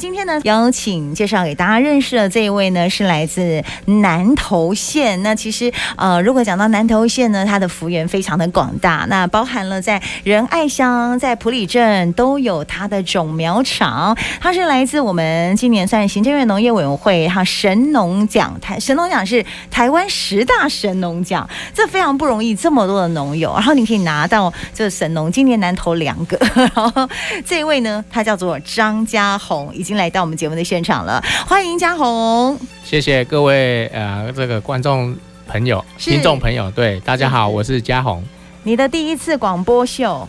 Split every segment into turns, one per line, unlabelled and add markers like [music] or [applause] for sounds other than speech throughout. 今天呢，邀请介绍给大家认识的这一位呢，是来自南投县。那其实呃，如果讲到南投县呢，它的幅员非常的广大，那包含了在仁爱乡、在埔里镇都有它的种苗场。它是来自我们今年算行政院农业委员会哈神农奖，台神农奖是台湾十大神农奖，这非常不容易，这么多的农友，然后你可以拿到这神农，今年南投两个， [laughs] 然后这一位呢，他叫做张家红，已经来到我们节目的现场了，欢迎家红。
谢谢各位呃这个观众朋友、
是
听众朋友，对大家好，我是嘉
[laughs]
宏，
你的第一次广播秀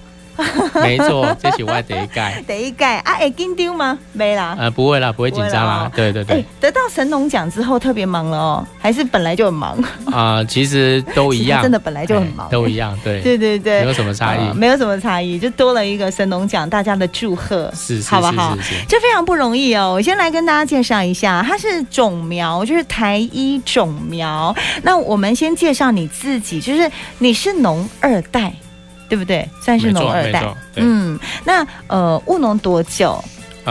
没错，这是我得改，
得一改啊，哎，紧张吗？没啦。
呃，不会啦，不会紧张啦，对对
哎
对，，
得到神农奖之后特别忙了哦，还是本来就很忙？
啊、其实都
哎
一
其实
样，
真的本来就很忙
哎。都一样，对，
对对对
没，有什么差
呃
异，
没有什么差异，就多了一个神农奖，大家的祝贺，
是是
好不好
是？是是，
这非常不容易哦！我先来跟大家介绍一下，它是种苗，就是台一种苗。那我们先介绍你自己，就是你是农二代，对不对？算是
没
农
错
二
没
代
错。，对，啊、
嗯，那呃，务农多久？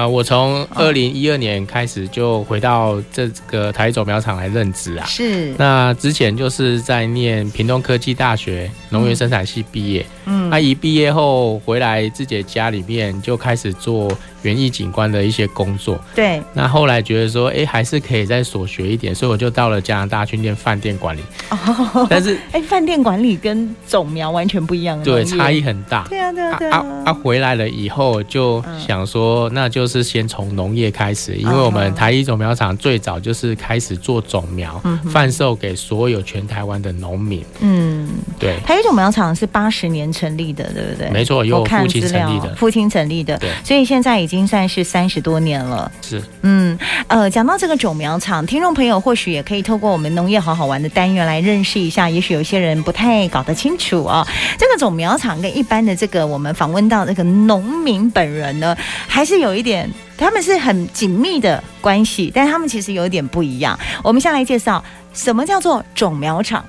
我从二零一二年开始就回到这个台种苗场来任职啊。
是，
那之前就是在念屏东科技大学农
嗯
园生产系毕业，
嗯
他一毕业后回来自己的家里面就开始做园艺景观的一些工作。
对，
那后来觉得说，哎、还是可以再所学一点，所以我就到了加拿大去念饭店管理。
哦，
但是
哎，饭店管理跟种苗完全不一样，
对
农业
差。异很大。
对啊，对啊，
啊
对
啊啊！
啊，
回来了以后就想说，那就是先从农业开始，因为我
嗯
们
哼
台一种苗厂最早就是开始做种苗
嗯哼，
贩售给所有全台湾的农民。
嗯，
对，
台一种苗场是八十年成立的，对不对？
没错，由
我
我
看
父
资
亲
料，
成立的，
父亲成立的
对，
所以现在已经算是三十多年了。
是
嗯，呃，讲到这个种苗场，听众朋友或许也可以透过我们农业好好玩的单元来认识一下，也许有些人不太搞得清楚哦。这个种苗场跟一般的这个我们访问到这个农民本人呢，还是有一点，他们是很紧密的关系，但他们其实有一点不一样。我们先来介绍什么叫做种苗场。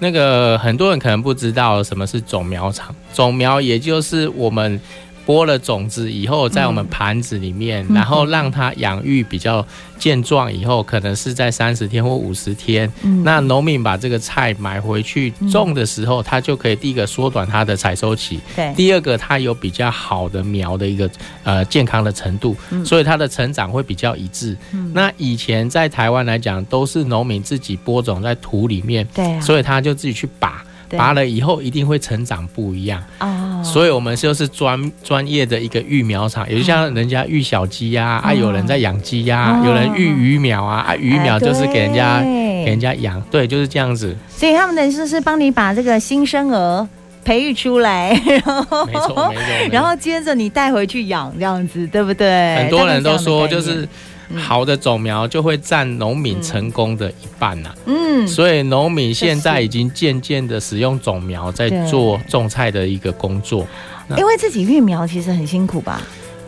那个很多人可能不知道什么是种苗场，种苗也就是我们播了种子以后，在我们盘子里面，
嗯
然后让它养育比较健壮以后，可能是在三十天或五十天。
嗯
那农民把这个菜买回去
嗯
种的时候，它就可以第一个缩短它的采收期，
对，
第二个它有比较好的苗的一个呃健康的程度，
嗯
所以它的成长会比较一致。
嗯
那以前在台湾来讲，都是农民自己播种在土里面，
对啊，
所以他就自己去拔，
对
拔了以后一定会成长不一样。
哦，
所以我们就是专专业的一个育苗场，也就像人家育小鸡呀、啊，
哦
有人在养鸡呀、
哦
有人育鱼苗啊，啊，鱼苗就是给人家、
哎对
给人家养，对，就是这
[laughs]
样子，
所以他们的就是帮你把这个新生儿培育出来，然后
没错没错。没错
[laughs] 然后呃接着你带回去养，这样子对不对？
很多人都说，
大概
就
这样的概念嗯
是好的种苗就会占农民成功的一半呐、
嗯，
所以农民现在已经渐渐的使用种苗在
对
做种菜的一个工作，
因为自己育苗其实很辛苦吧，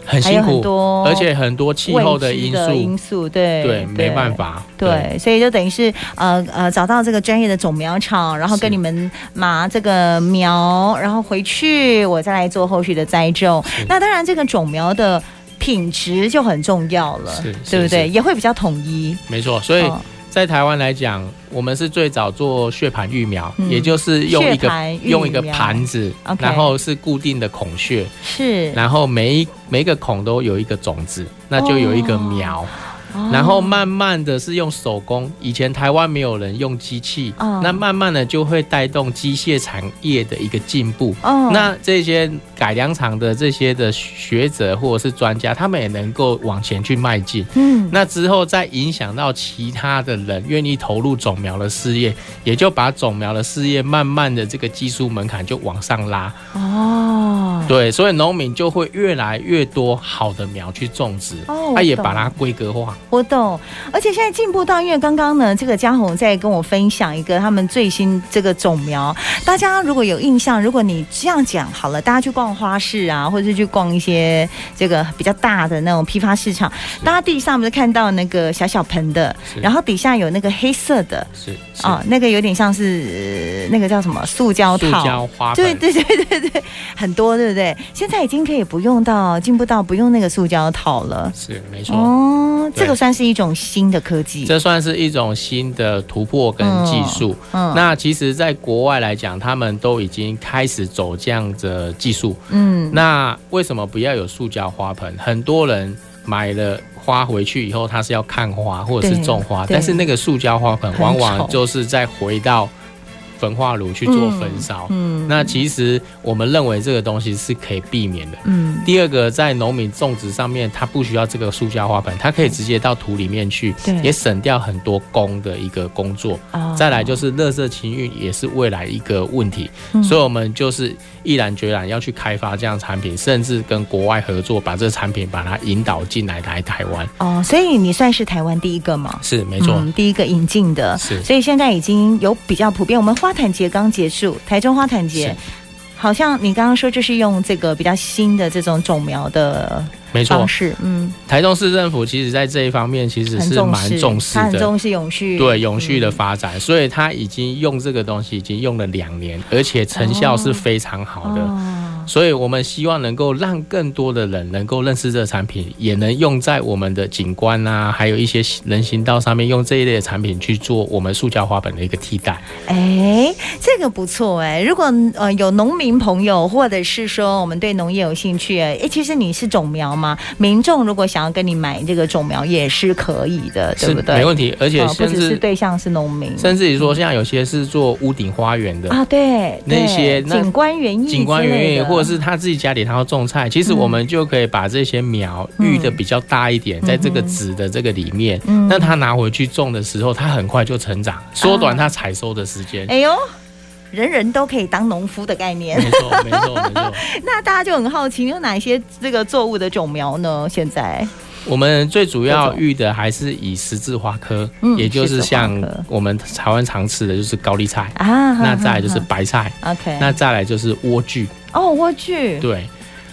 很
还有
辛
很
苦，
多
而且很多气候的
未知
因
的因
素，
素，对
对，没办。法，
对，所以就等于是呃呃，找到这个专业的种苗场，然后
是
跟你们拿这个苗，然后回去我再来做后续的栽种
是。
那当然，这个种苗的品质就很重要了，
是是
对不对？
是
也会比较统一。
没错。所以
哦
在台湾来讲，我们是最早做血盘育苗，
嗯
也就是用一
血
个
盘育苗
用一个盘子
OK
然后是固定的孔穴，
是，
然后每一每一个孔都有一个种子，那就有一个
哦
苗。然后慢慢的是用手工，以前台湾没有人用机器，
哦
那慢慢的就会带动机械产业的一个进步。
哦
那这些改良场的这些的学者或者是专家，他们也能够往前去迈进。
嗯
那之后再影响到其他的人愿意投入种苗的事业，也就把种苗的事业慢慢的这个技术门槛就往上拉。
哦
对，所以农民就会越来越多好的苗去种植，啊
哦，
他也
我懂
把它规格化。
我懂，而且现在进步到，因为刚刚呢，这个嘉宏在跟我分享一个他们最新这个种苗，大家如果有印象，如果你这样讲好了，大家去逛花市啊，或者是去逛一些这个比较大的那种批发市场，
是
大家地上不是看到那个小小盆的，
是
然后底下有那个黑色的
是是
啊、那个有点像是呃那个叫什么塑胶
塑
套。
胶花
对
盆，
对对对对，很多对不对不对？现在已经可以不用到进步到不用那个塑胶套了。
是没错。
哦，
对
这个算是一种新的科技。
这算是一种新的突破跟技术。
嗯
那其实，在国外来讲，他们都已经开始走这样的技术。
嗯
那为什么不要有塑胶花盆？很多人买了花回去以后，他是要看花或者是
对
种花，
对
但是那个塑胶花盆
很
往
丑
往就是再回到焚化炉去做焚烧。
嗯
那其实我们认为这个东西是可以避免的。
嗯，
第二个，在农民种植上面，它不需要这个塑胶花盆，它可以直接到土里面去
对，
也省掉很多工的一个工作。
哦
再来就是垃圾清运也是未来一个问题，
嗯
所以我们就是毅然决然要去开发这样的产品，甚至跟国外合作，把这个产品把它引导进来来台湾。
哦，所以你算是台湾第一个吗？
是没错，
嗯，第一个引进的，
是
所以现在已经有比较普遍。我们花坛节刚结束，台中花坛节
是，
好像你刚刚说就是用这个比较新的这种种苗的
没错
方。式，嗯，
台中市政府其实在这一方面其实
很
是
重
蛮
视，
重视
它很
的。
重视永续，
对永续的发展，所以他已经用这个东西已经用了两年，而且成效是非常好的。
哦，
所以我们希望能够让更多的人能够认识这个产品，也能用在我们的景观啊，还有一些人行道上面，用这一类的产品去做我们塑胶花盆的一个替代。
哎，这个不错哎。如果呃有农民朋友，或者是说我们对农业有兴趣，哎，其实你是种苗吗？民众如果想要跟你买这个种苗也是可以的，对不
是没
对？
问题，而且
呃不
甚
只是
至、
对象是农民，
甚至于说，像有些是做屋顶花园的。
啊，嗯对，
那
对
些那
景观园艺、
景观园艺，或者是他自己家里他要种菜，
嗯
其实我们就可以把这些苗育的比较大一点，在这个籽的这个里面，
嗯
那他拿回去种的时候，它很快就成长，缩短
啊
它采收的时间。
哎呦。人人都可以当农夫的概
[laughs]
念，
没错，没错，没错。
那大家就很好奇，有哪些这个作物的种苗呢？现在
我们最主要遇的还是以十字花科，
嗯
也就是
十
像
字花科
我们台湾常吃的就是高丽菜，
啊，
那再来就是
哈
白菜，
哈 OK，
那再来就是莴苣，
哦莴苣，
对。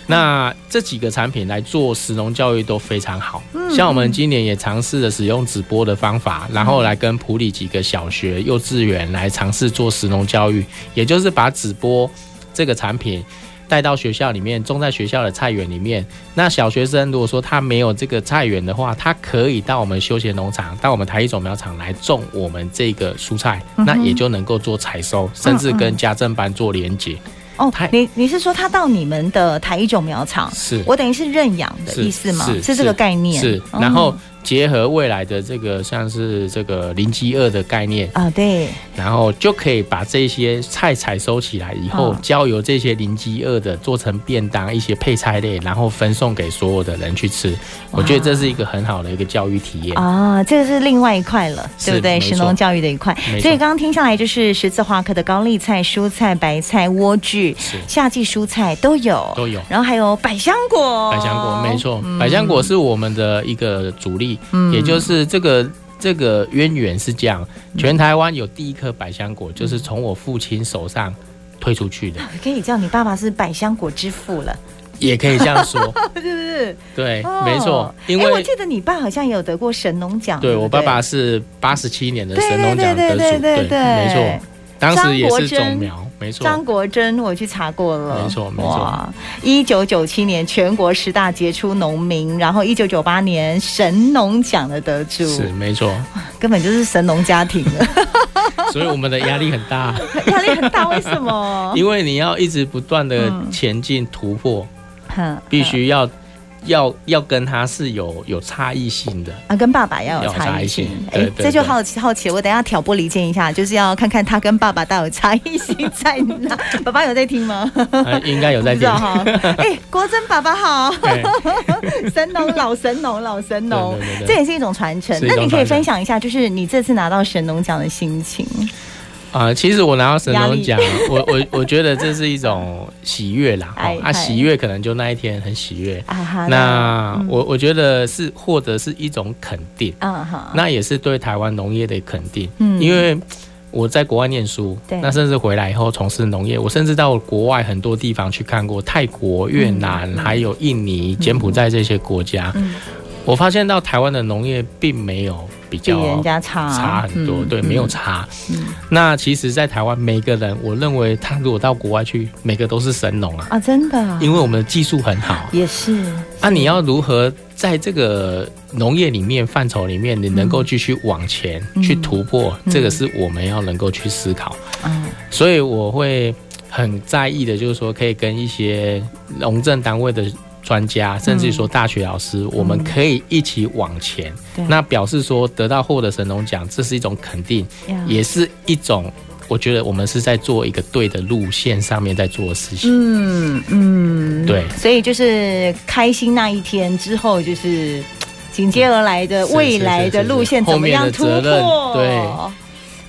那这几个产品来做食农教育都非常好，像我们今年也尝试了使用直播的方法，然后来跟普里几个小学、幼稚园来尝试做食农教育，也就是把直播这个产品带到学校里面，种在学校的菜园里面。那小学生如果说他没有这个菜园的话，他可以到我们休闲农场，到我们台一种苗场来种我们这个蔬菜，那也就能够做采收，甚至跟家政班做连结。
哦
太，
你你是说它到你们的台一种苗场，
是。
我等于是认养的
是
意思吗？
是
这个概念
是，
哦
然后结合未来的这个像是这个零饥饿的概念，
啊，对，
然后就可以把这些菜采收起来以后
嗯，
交由这些零饥饿的做成便当、一些配菜类，然后分送给所有的人去吃。我觉得这是一个很好的一个教育体验。
啊，这个是另外一块了，
是
对不对？
没错
神农教育的一块。
没错
所以刚刚听下来，就是十字花科的高丽菜、蔬菜、白菜、莴苣
是，
夏季蔬菜都有，
都有
然后还有百香果，
百香果，没。错，百香果是我们的一个主力，
嗯
也就是这个这个渊源是这样，
嗯
全台湾有第一颗百香果，就是从我父亲手上推出去的，
可以叫你爸爸是百香果之父了， [laughs]
也可以这样说，
是不是？
对，
哦
没错，因
哎我
为
记得你爸好像也有得过神农奖，
对
不
我爸爸是八十七年的
对
神农奖得
对
主，
对对对对
没错，当时也
张国
是
珍
种苗，没错
张，国珍，我去查过了，
没错没错
哇，一九九七年全国十大杰出农民，然后一九九八年神农奖的得主，
是没错，
根本就是神农家庭
[laughs]
了，
所以我们的压力很大，
[laughs] 压力很大。为什么？
[laughs] 因为你要一直不断的前进突破，
嗯哼
必须要要要跟他是有有差异性的。
啊，跟爸爸要有
要有
差
差
异
异
性
性。
哎
对对，对
这就好奇好奇，我等一下挑拨离间一下，就是要看看他跟爸爸到底有差异性在哪。
[laughs]
爸爸有在听吗？
呃应该
[laughs]
有在
嗯不知
听
道。哈。哎，国珍爸爸
[laughs]
好，[laughs]
对
神
[laughs]
农老神农老神农
对对，对对
这也是一种传承。
是一
那
种
你可以
传承
分享一下，就是你这次拿到神农奖的心情。
啊、其实我拿到神
压
农
力
奖，我我我觉觉得这是一种喜悦啦。
哎
哦
哎
啊，喜悦可能就那一天很喜悦。
啊哈
那我我觉得是获得是一种肯定，
嗯哈，
那也是对台湾农业的肯定。
嗯
因为我在国外念书
对，
那甚至回来以后从事农业，我甚至到国外很多地方去看过泰国、越南，还有印尼、柬埔寨这些国家。
嗯嗯
我发现到台湾的农业并没有比
比
较
人家差
差很多，
嗯
对，没有差。
嗯
那其实，在台湾每个人，我认为他如果到国外去，每个都是神农啊，
啊，真的啊
因为我们的技术很好
也是
啊。你要如何在这个农业里面范畴里面，你能够继续往前、
嗯
去突破，
嗯
这个是我们要能够去思考。
嗯
所以我会很在意的，就是说可以跟一些农政单位的专家，甚至于说大学老师，我们可以一起往前。
嗯对
那表示说得到获得神农奖，这是一种肯定，
呀
也是一种。我觉得我们是在做一个对的路线上面在做的事情，
嗯嗯
对
所以就是开心那一天之后，就是紧接而来的
是是
未来的路线怎么样突
后面的责
破？
任对，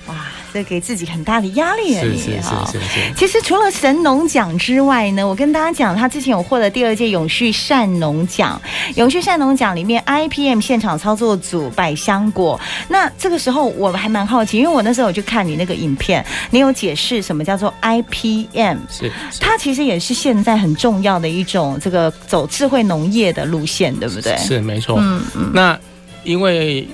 哇，这给自己很大的压力啊！
是
你
是是
哈
是是，
其实除了神农奖之外呢，我跟大家讲，他之前有获得第二届永续善农奖。永续善农奖里面，IPM 现场操作组百香果。那这个时候我还蛮好奇，因为我那时候我就看你那个影片，你有解释什么叫做 IPM。
是是
它其实也是现在很重要的一种这个走智慧农业的路线，对不对？
是没错。
嗯嗯，
那因为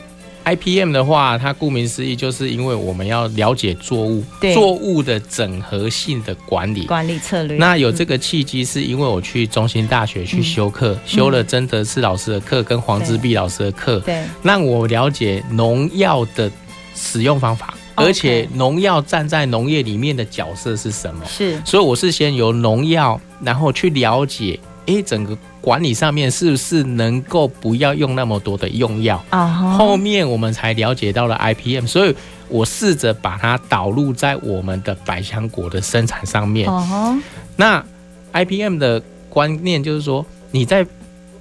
IPM 的话，它顾名思义，就是因为我们要了解作物
对，
作物的整合性的管理。
管理嗯策略。
那有这个契机，是因为我去中心大学去修课，修了曾德士老师的课跟黄志碧老师的课，
对
让我了解农药的使用方法，
OK
而且农药站在农业里面的角色是什么。
是
所以我是先由农药，然后去了解，诶，整个管理上面是不是能够不要用那么多的用药？
啊哈，
后面我们才了解到了 IPM，所以我试着把它导入在我们的百香果的生产上面。
哦哈，
那 IPM 的观念就是说，你在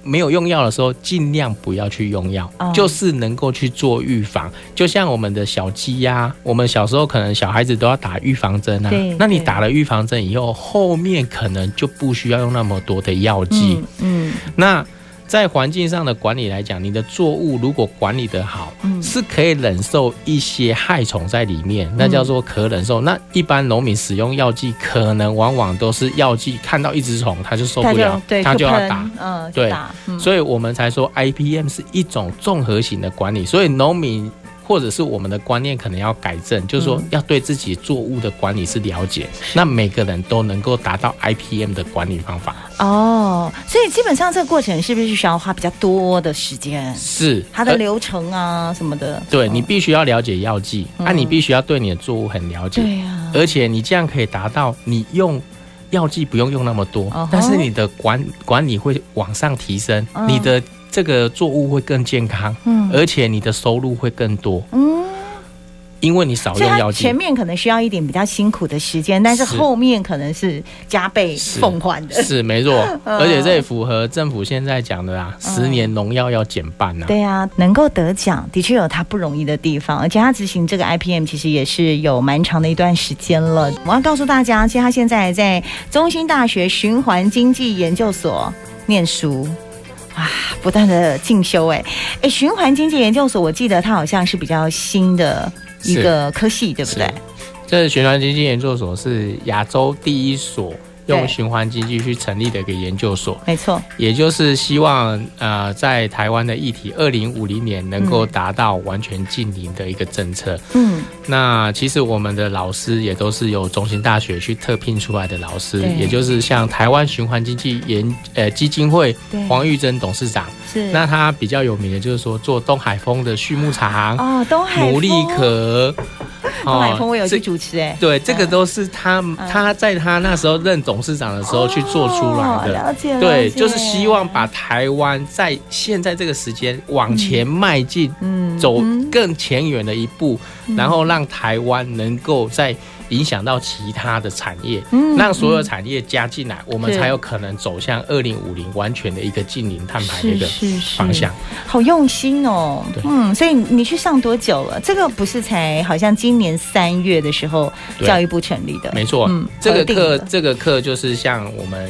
没有用药的时候，尽量不要去用药，
哦
就是能够去做预防。就像我们的小鸡呀、我们小时候可能小孩子都要打预防针啊
对。
那你
对
打了预防针以后，后面可能就不需要用那么多的药剂。
嗯嗯
那在环境上的管理来讲，你的作物如果管理得好，
嗯
是可以忍受一些害虫在里面，那叫做可忍受。那一般农民使用药剂，可能往往都是药剂看到一只虫，他就受不
他就
了，
对，
他就要
喷
打。，
嗯，
对
就打，嗯
所以我们才说 IPM 是一种综合型的管理。所以农民或者是我们的观念可能要改正，就是说
嗯
要对自己作物的管理是了解，那每个人都能够达到 IPM 的管理方法。
哦，所以基本上这个过程是不是需要花比较多的时间？
是
它的
而
流程啊什么的，
对
嗯
你必须要了解药剂，那、你必须要对你的作物很了解，
对啊，
而且你这样可以达到你用药剂不用用那么多，
哦吼
但是你的管管理会往上提升，
嗯
你的这个作物会更健康，
嗯
而且你的收入会更多，
嗯，
因为你少
所以
用
它
药剂
前。面可能需要一点比较辛苦的时间，但是
是
后面可能是加倍
是
奉还的。
是没错，
嗯
而且这也符合政府现在讲的啊，
嗯
十年农药要减半啊。
对啊，能够得奖的确有它不容易的地方，而且它执行这个 IPM 其实也是有蛮长的一段时间了。我要告诉大家，其实他现在还在中兴大学循环经济研究所念书。哇，不断的进修哎哎，循环经济研究所，我记得它好像是比较新的一个科系，对不对
是？这循环经济研究所是亚洲第一所
对
用循环经济去成立的一个研究所。
没错，
也就是希望呃，在台湾的议题，二零五零年能够达到完全近零的一个政策。
嗯，
那其实我们的老师也都是由中心大学去特聘出来的老师
对，
也就是像台湾循环经济研呃基金会
对
黄玉珍董事长，
是
那他比较有名的就是说做东海风的畜牧场、
哦，东海
牡蛎
风，
壳，
[laughs] 东海风我有
哦这
去主持哎，
对，这个都是他、
嗯
他在他那时候任董事长的时候去做出来的。
哦了解，了
对，
解
就是希望把台湾在现在这个时间往前迈进，
嗯
走
嗯
更前远的一步，然后让台湾能够再影响到其他的产业，
嗯
让所有产业加进来，我们
是
才有可能走向二零五零完全的一个近零碳排的一个
是是是
方向。
好用心哦
对，
嗯，所以你去上多久了？这个不是才好像今年三月的时候
对
教育部成立的，
没错，
嗯
这
核
个
定
课
的
这个课就是像我们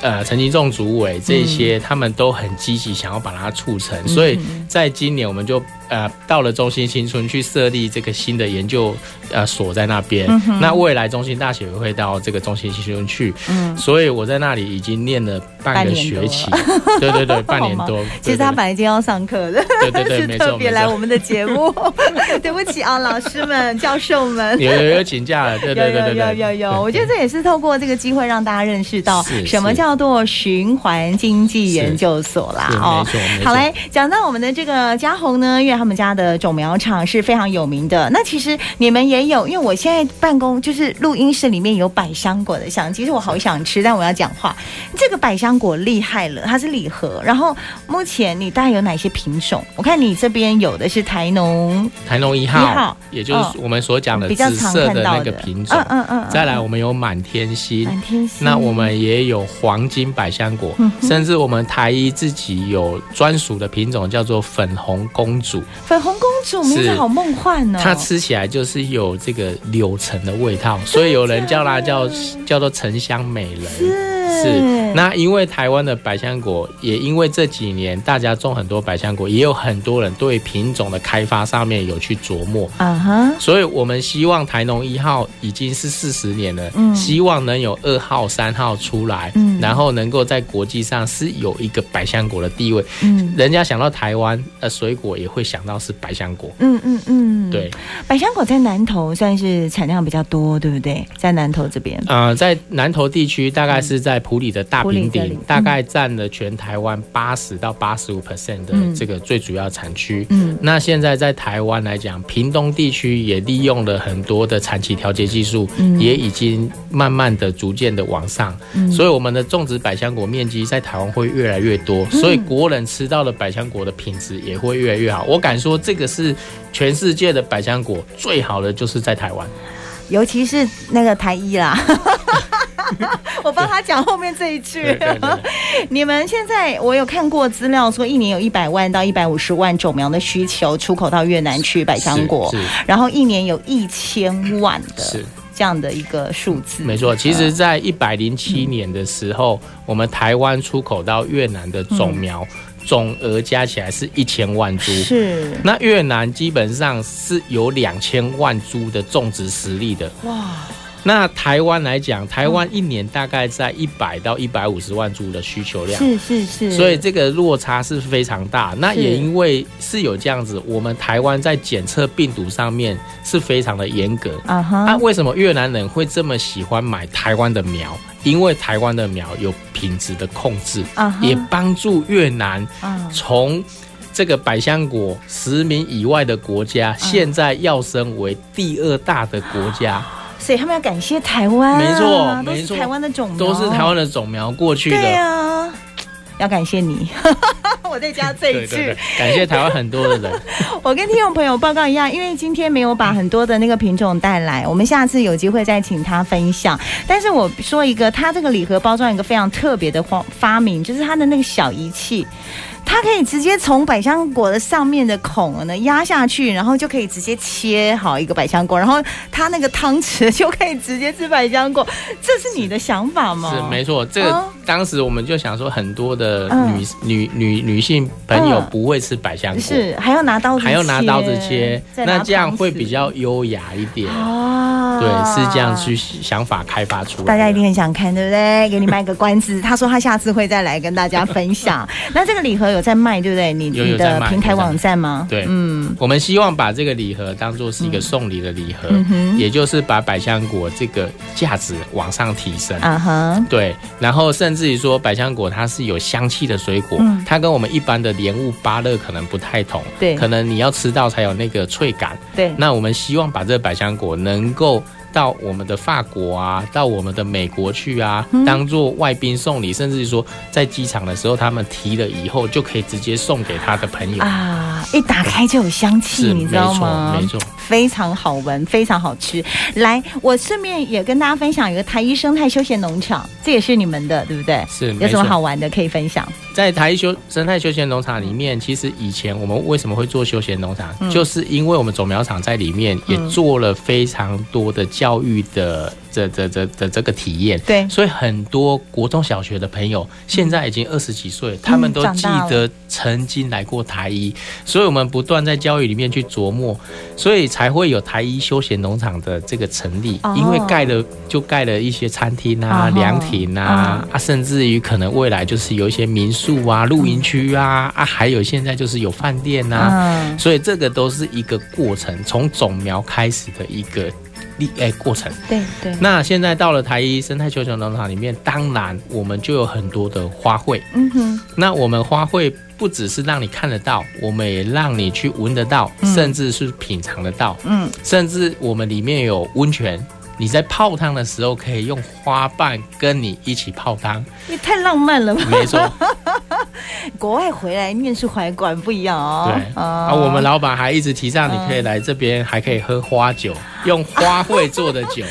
呃陈其
嗯
仲主委这些，他们都很积极想要把它促成，所以在今年我们就呃到了中心新村去设立这个新的研究呃所在那边。
嗯
那未来中心大学会到这个中心新村去，
嗯
所以我在那里已经念了半个学期， [laughs] 对对对，半年
[laughs] 好
多。
其实他本来今天要上课的，
对对
[laughs]
对
是
没错
特别
没
来
错
我们的节目。 [laughs] 对不起啊，老师们、教授们。
有有有请假了，对 [laughs] 对对
有
对
有
对，
有有有，我觉得
对
这也是透过这个机会让大家认识到
是
什么
是
叫做循环经济研究所啦
是没
哦。
错没错。
好嘞，讲到我们的这个嘉宏呢，因为他们家的种苗场是非常有名的。那其实你们也有，因为我现在办公就是录音室里面有百香果的香，其实我好想吃，但我要讲话。这个百香果厉害了，它是礼盒。然后目前你大概有哪些品种？我看你这边有的是台农
台农一
一号
号，也就
哦
是我们所讲的
比较
紫
常
色
看
的
到
那
的
个品种
嗯，嗯嗯，嗯
再来我们有满天星，
满天星。嗯
那我们也有黄金百香果，甚至我们台一自己有专属的品种，叫做粉红公主，
粉红公主名字
是
好梦幻哦，
它吃起来就是有这个柳橙的
[laughs]
味道，所以有人叫它叫叫做沉香美人。是，那因为台湾的百香果，也因为这几年大家种很多百香果，也有很多人对品种的开发上面有去琢磨，
啊哈，
所以我们希望台农一号已经是四十年了，希望能有二号、三号出来，
嗯
然后能够在国际上是有一个百香果的地位。
嗯
人家想到台湾呃水果，也会想到是百香果。
嗯嗯嗯，
对，，
百香果在南投算是产量比较多，对不对？在南投这边，
呃，在南投地区，大概是在普里的大
埔里
平
这里
顶
嗯，
大概占了全台湾八十到八十五 percent 的这个最主要产区。
嗯
那现在在台湾来讲，屏东地区也利用了很多的产期调节技术，
嗯
也已经慢慢的、逐渐的往上。所以我们的种植百香果面积在台湾会越来越多，
嗯
所以国人吃到的百香果的品质也会越来越好。我敢说，这个是全世界的百香果最好的，就是
[laughs]
在台湾。
尤其是那个台一
[laughs]
啦。我帮他讲后面这一句
对对对。
[laughs] 你们现在我有看过资料说，一年有一百万到一百五十万种苗的需求出口到越南去百香果
是，
然后一年有一千万
是
的
是
这样的一个数字。
没错，其实，在一百零七
嗯
年的时候，我们台湾出口到越南的种苗、总额加起来是一千万株。
嗯呃是
那越南基本上是有两千万株的种植实力的。
哇，
那台湾来讲，台湾一年大概在一百到一百五十万株的需求量。
是是是，
所以这个落差是非常大，那
是
也因为是有这样子，我们台湾在检测病毒上面是非常的严格，
啊哈，
那、为什么越南人会这么喜欢买台湾的苗？因为台湾的苗有品质的控制，
啊哈
也帮助越南
啊
从这个百香果十名以外的国
啊
家，现在要升为第二大的国家，
所以他们要感谢台湾啊、
没错没
都
错
是台湾的种苗，
都是台湾的种苗过去
对
的。
啊，要感谢你。 [laughs] 我再加这一
对
句，
对对，感谢台湾很多的
[laughs]
人，
我跟听众朋友报告一样，因为今天没有把很多的那个品种带来，我们下次有机会再请他分享。但是我说一个，他这个礼盒包装有一个非常特别的发发明，就是它的那个小仪器。它可以直接从百香果的上面的孔呢压下去，然后就可以直接切好一个百香果，然后它那个汤匙就可以直接吃百香果。这是你的想法吗？
是没错。这个
哦
当时我们就想说，很多的
嗯
女女女女性朋友
嗯
不会吃百香果，
是还要拿刀子，
还要拿刀子切，
再拿
那这样
汤匙
会比较优雅一点。
啊，
对，是这样去。想法开发出来的。
大家一定很想看，对不对？给你卖个关子，他说他下次会再来跟大家分
[laughs]
享。那这个礼盒有在卖，对不对？你
有
你
有在
的
卖
平台
有在卖
网站吗？
对
嗯，
我们希望把这个礼盒当做是一个送礼的礼盒，也就是把百香果这个价值往上提升。
啊哈，
对，然后甚至于说百香果它是有香气的水果，
嗯
它跟我们一般的莲雾芭乐可能不太同，
对
可能你要吃到才有那个脆感。
对，
那我们希望把这个百香果能够到我们的法国啊，到我们的美国去啊，
嗯
当做外宾送礼，甚至说在机场的时候，他们提了以后就可以直接送给他的朋友。
啊，一打开就有香气，
是
你知道吗？
没错没错
非常好闻，非常好吃。来，我顺便也跟大家分享有个台一生态休闲农场，这也是你们的，对不对？
是
有
没
什
错
么。好玩的可以分享？
在台休生态休闲农场里面，其实以前我们为什么会做休闲农
嗯
场，就是因为我们种苗场在里面也做了非常多的教育的这这这这这个体验。
对
所以很多国中小学的朋友现在已经二十几岁，他们都
嗯长
记
大
得曾经来过台一，所以我们不断在教育里面去琢磨，所以才会有台一休闲农场的这个成立
哦，
因为盖了就盖了一些餐厅啊
哦、
凉亭啊，啊，甚至于可能未来就是有一些民宿啊、
嗯
露营区啊，啊，还有现在就是有饭店啊，
嗯，
所以这个都是一个过程，从种苗开始的一个历哎过程。
对对，
那现在到了台一生态球球农场里面，当然我们就有很多的花卉。
嗯哼，
那我们花卉不只是让你看得到，我们也让你去闻得到，
嗯
甚至是品尝得到。
嗯，
甚至我们里面有温泉，你在泡汤的时候可以用花瓣跟你一起泡汤。
也太浪漫了吧！
没错，
[laughs] 国外回来念书怀馆不一样哦。
对
哦
啊，我们老板还一直提倡你可以来这边，还可以喝花酒，用花卉做的
[laughs]
酒，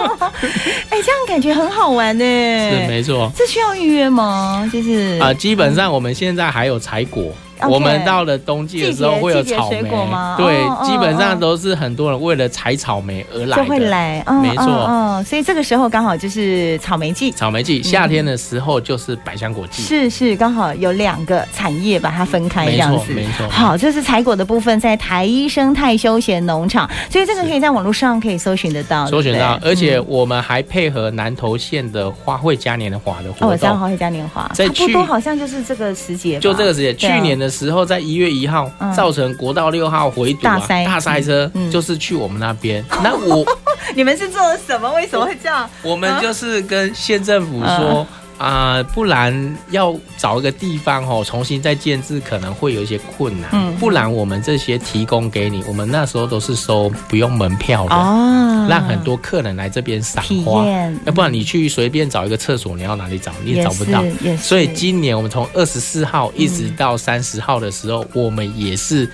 哎，这样感觉很好玩呢。
是没错。
这需要预约吗？就是
啊、基本上我们现在还有采果。
OK
我们到了冬季的时候会有草
嗯季节季节水
莓
果吗，
对，
哦哦
基本上都是很多人为了采草莓而来
就
的。
会来，嗯
没错嗯
嗯嗯，所以这个时候刚好就是草莓季，
草莓季，夏天的时候就是百香果季。
是是，刚好有两个产业把它分开这
没
样
错
子，
没错
好，这是采果的部分，在台一生态休闲农场，所以这个可以在网络上可以搜寻得到，
搜寻到
对，不对
而且我们还配合南投县的花卉嘉年华的
哦，
活
我知道
动，
花卉嘉年华，
在
差不
去
多好像就是这个时节吧，
就这个时间，
对啊
去年的时候在一月一号
嗯
造成国道六号回堵啊
大塞
大塞车
嗯嗯，
就是去我们那边。那我
[laughs] 你们是做了什么？为什么会这样？
我们就是跟县政府
嗯
说啊、不然要找一个地方哦，重新再建制可能会有一些困难。
嗯
不然我们这些提供给你，我们那时候都是收不用门票的，
哦
让很多客人来这边赏
体
花。
验，
要不然你去随便找一个厕所，你要哪里找？你
也
也找不到
是。也是，
所以今年我们从二十四号
嗯
一直到三十号的时候，我们也是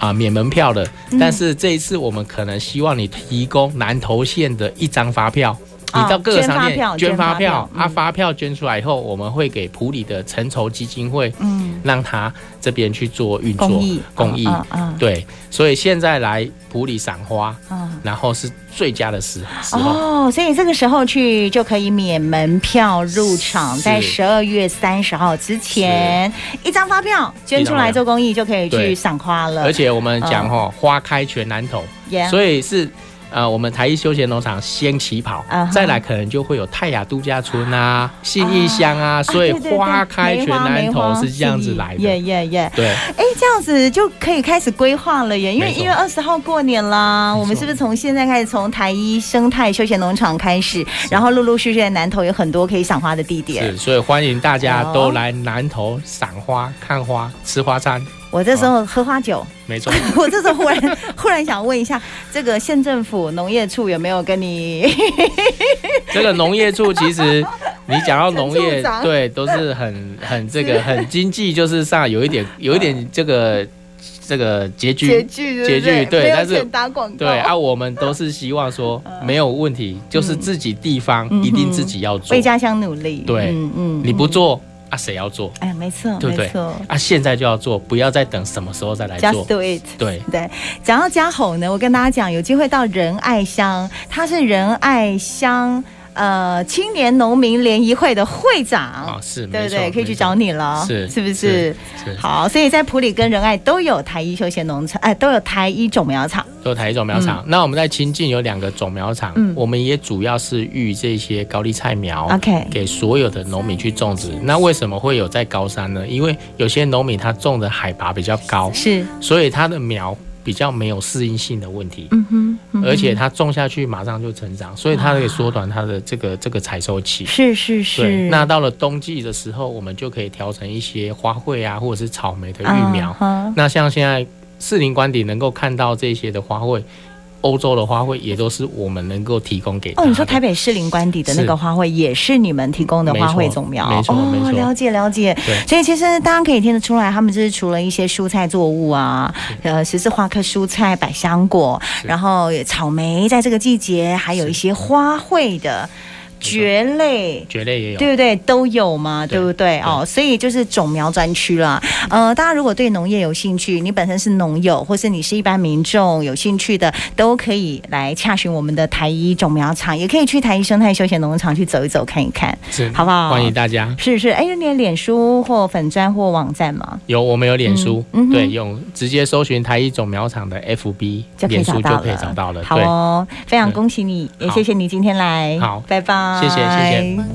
啊、免门票的。
嗯
但是这一次我们可能希望你提供南投县的一张发票。
哦
你到各个商店
捐发票捐发
捐发票
票，嗯
啊，发票捐出来以后，我们会给普里的成筹基金会，
嗯，
让他这边去做运作
公益
公益。
啊啊
对，所以现在来普里赏花，
啊。
然后是最佳的时时候。
哦，所以这个时候去就可以免门票入场，
是
在十二月三十号之前，一张发票捐出来做公益就可以去
对
赏花了。
而且我们讲
嗯
哦，花开全南投，
Yeah，
所以是呃，我们台一休闲农场先起跑
啊哈
再来可能就会有泰雅度假村啊、信义乡啊，所以
啊对对对
花开全南
梅花
投
梅花
是这样子来
耶
的。
耶耶！
对，
哎，这样子就可以开始规划了耶，因为
没错
一月二十号过年啦，
错
我们是不是从现在开始，从台一生态休闲农场开始，然后陆陆续续在南投有很多可以赏花的地点
是，。所以欢迎大家
哦
都来南投赏花、看花、吃花餐，
我这时候喝花酒，
没 [laughs] 错。
[laughs] 我这时候忽然忽然想问一下，这个县政府农业处有没有跟你 [laughs]
这个农业处其实。你讲到农
陈处
业，
长
对，都是很 [laughs] 很这个很经济，就是上有一点有一点这个这个拮据，
拮据
拮据对
没有
但是
钱打广告，
对啊，我们都是希
[laughs]
望说没有问题，就是自己地方
嗯
一定自己要做
为，家乡努力，
对
嗯
你不，做啊，谁要做？
哎，没错，
对不对
没错
啊，现在就要做，不要再等什么时候再来
，just
做。
do it。
对，
对，讲到家吼呢，我跟大家讲，有机会到仁爱乡，他是仁爱乡呃青年农民联谊会的会长，
啊是，
对不
没错
对？可以去
没错
找你了，
是
是不是？
是是
好，所以在普里跟仁爱都有台一休闲农场，哎、都有台一种苗场。
都台一种苗场。那我们在清境有两个种苗场
嗯，
我们也主要是育这些高丽菜苗
OK
给所有的农民去种植。那为什么会有在高山呢？因为有些农民他种的海拔比较高，
是，
所以他的苗比较没有适应性的问题。
嗯哼，嗯哼
而且它种下去马上就成长，所以它可以缩短它的这个这个采收期。
是是
对
是，，
那到了冬季的时候，我们就可以调成一些花卉啊，或者是草莓的育苗。
啊
那像现在士林官邸能够看到这些的花卉，欧洲的花卉也都是我们能够提供给它
哈
的。
哦，你说台北士林官邸的那
是
个花卉也是你们提供的花
没
卉
错
种苗，
没错没
哦，
错
了解了解。
对
所以其实大家可以听得出来，他们就是除了一些蔬菜作物啊，呃，十字花科蔬菜、百香果，
是
然后草莓，在这个季节还有一些花卉的。蕨类。
蕨类也有。
对不对？都有嘛，
对
对不对？哦，所以就是种苗专区啦。呃，大家如果对农业有兴趣，你本身是农友，或是你是一般民众有兴趣的，都可以来洽询我们的台一种苗场，也可以去台一生态休闲农场去走一走、看一看，
是
好不好？
嗯欢迎大家。
是是，哎，你的脸书或粉砖或网站吗？
有，我们有脸书，
嗯嗯哼
对，用直接搜寻台一种苗场的 FB，
就可以
脸
找
书
到
就
了，
可以找到了。
好
呃对，
哦，非常
对
恭喜你，也
好
谢谢你今天来，
好
拜拜，
谢谢谢谢。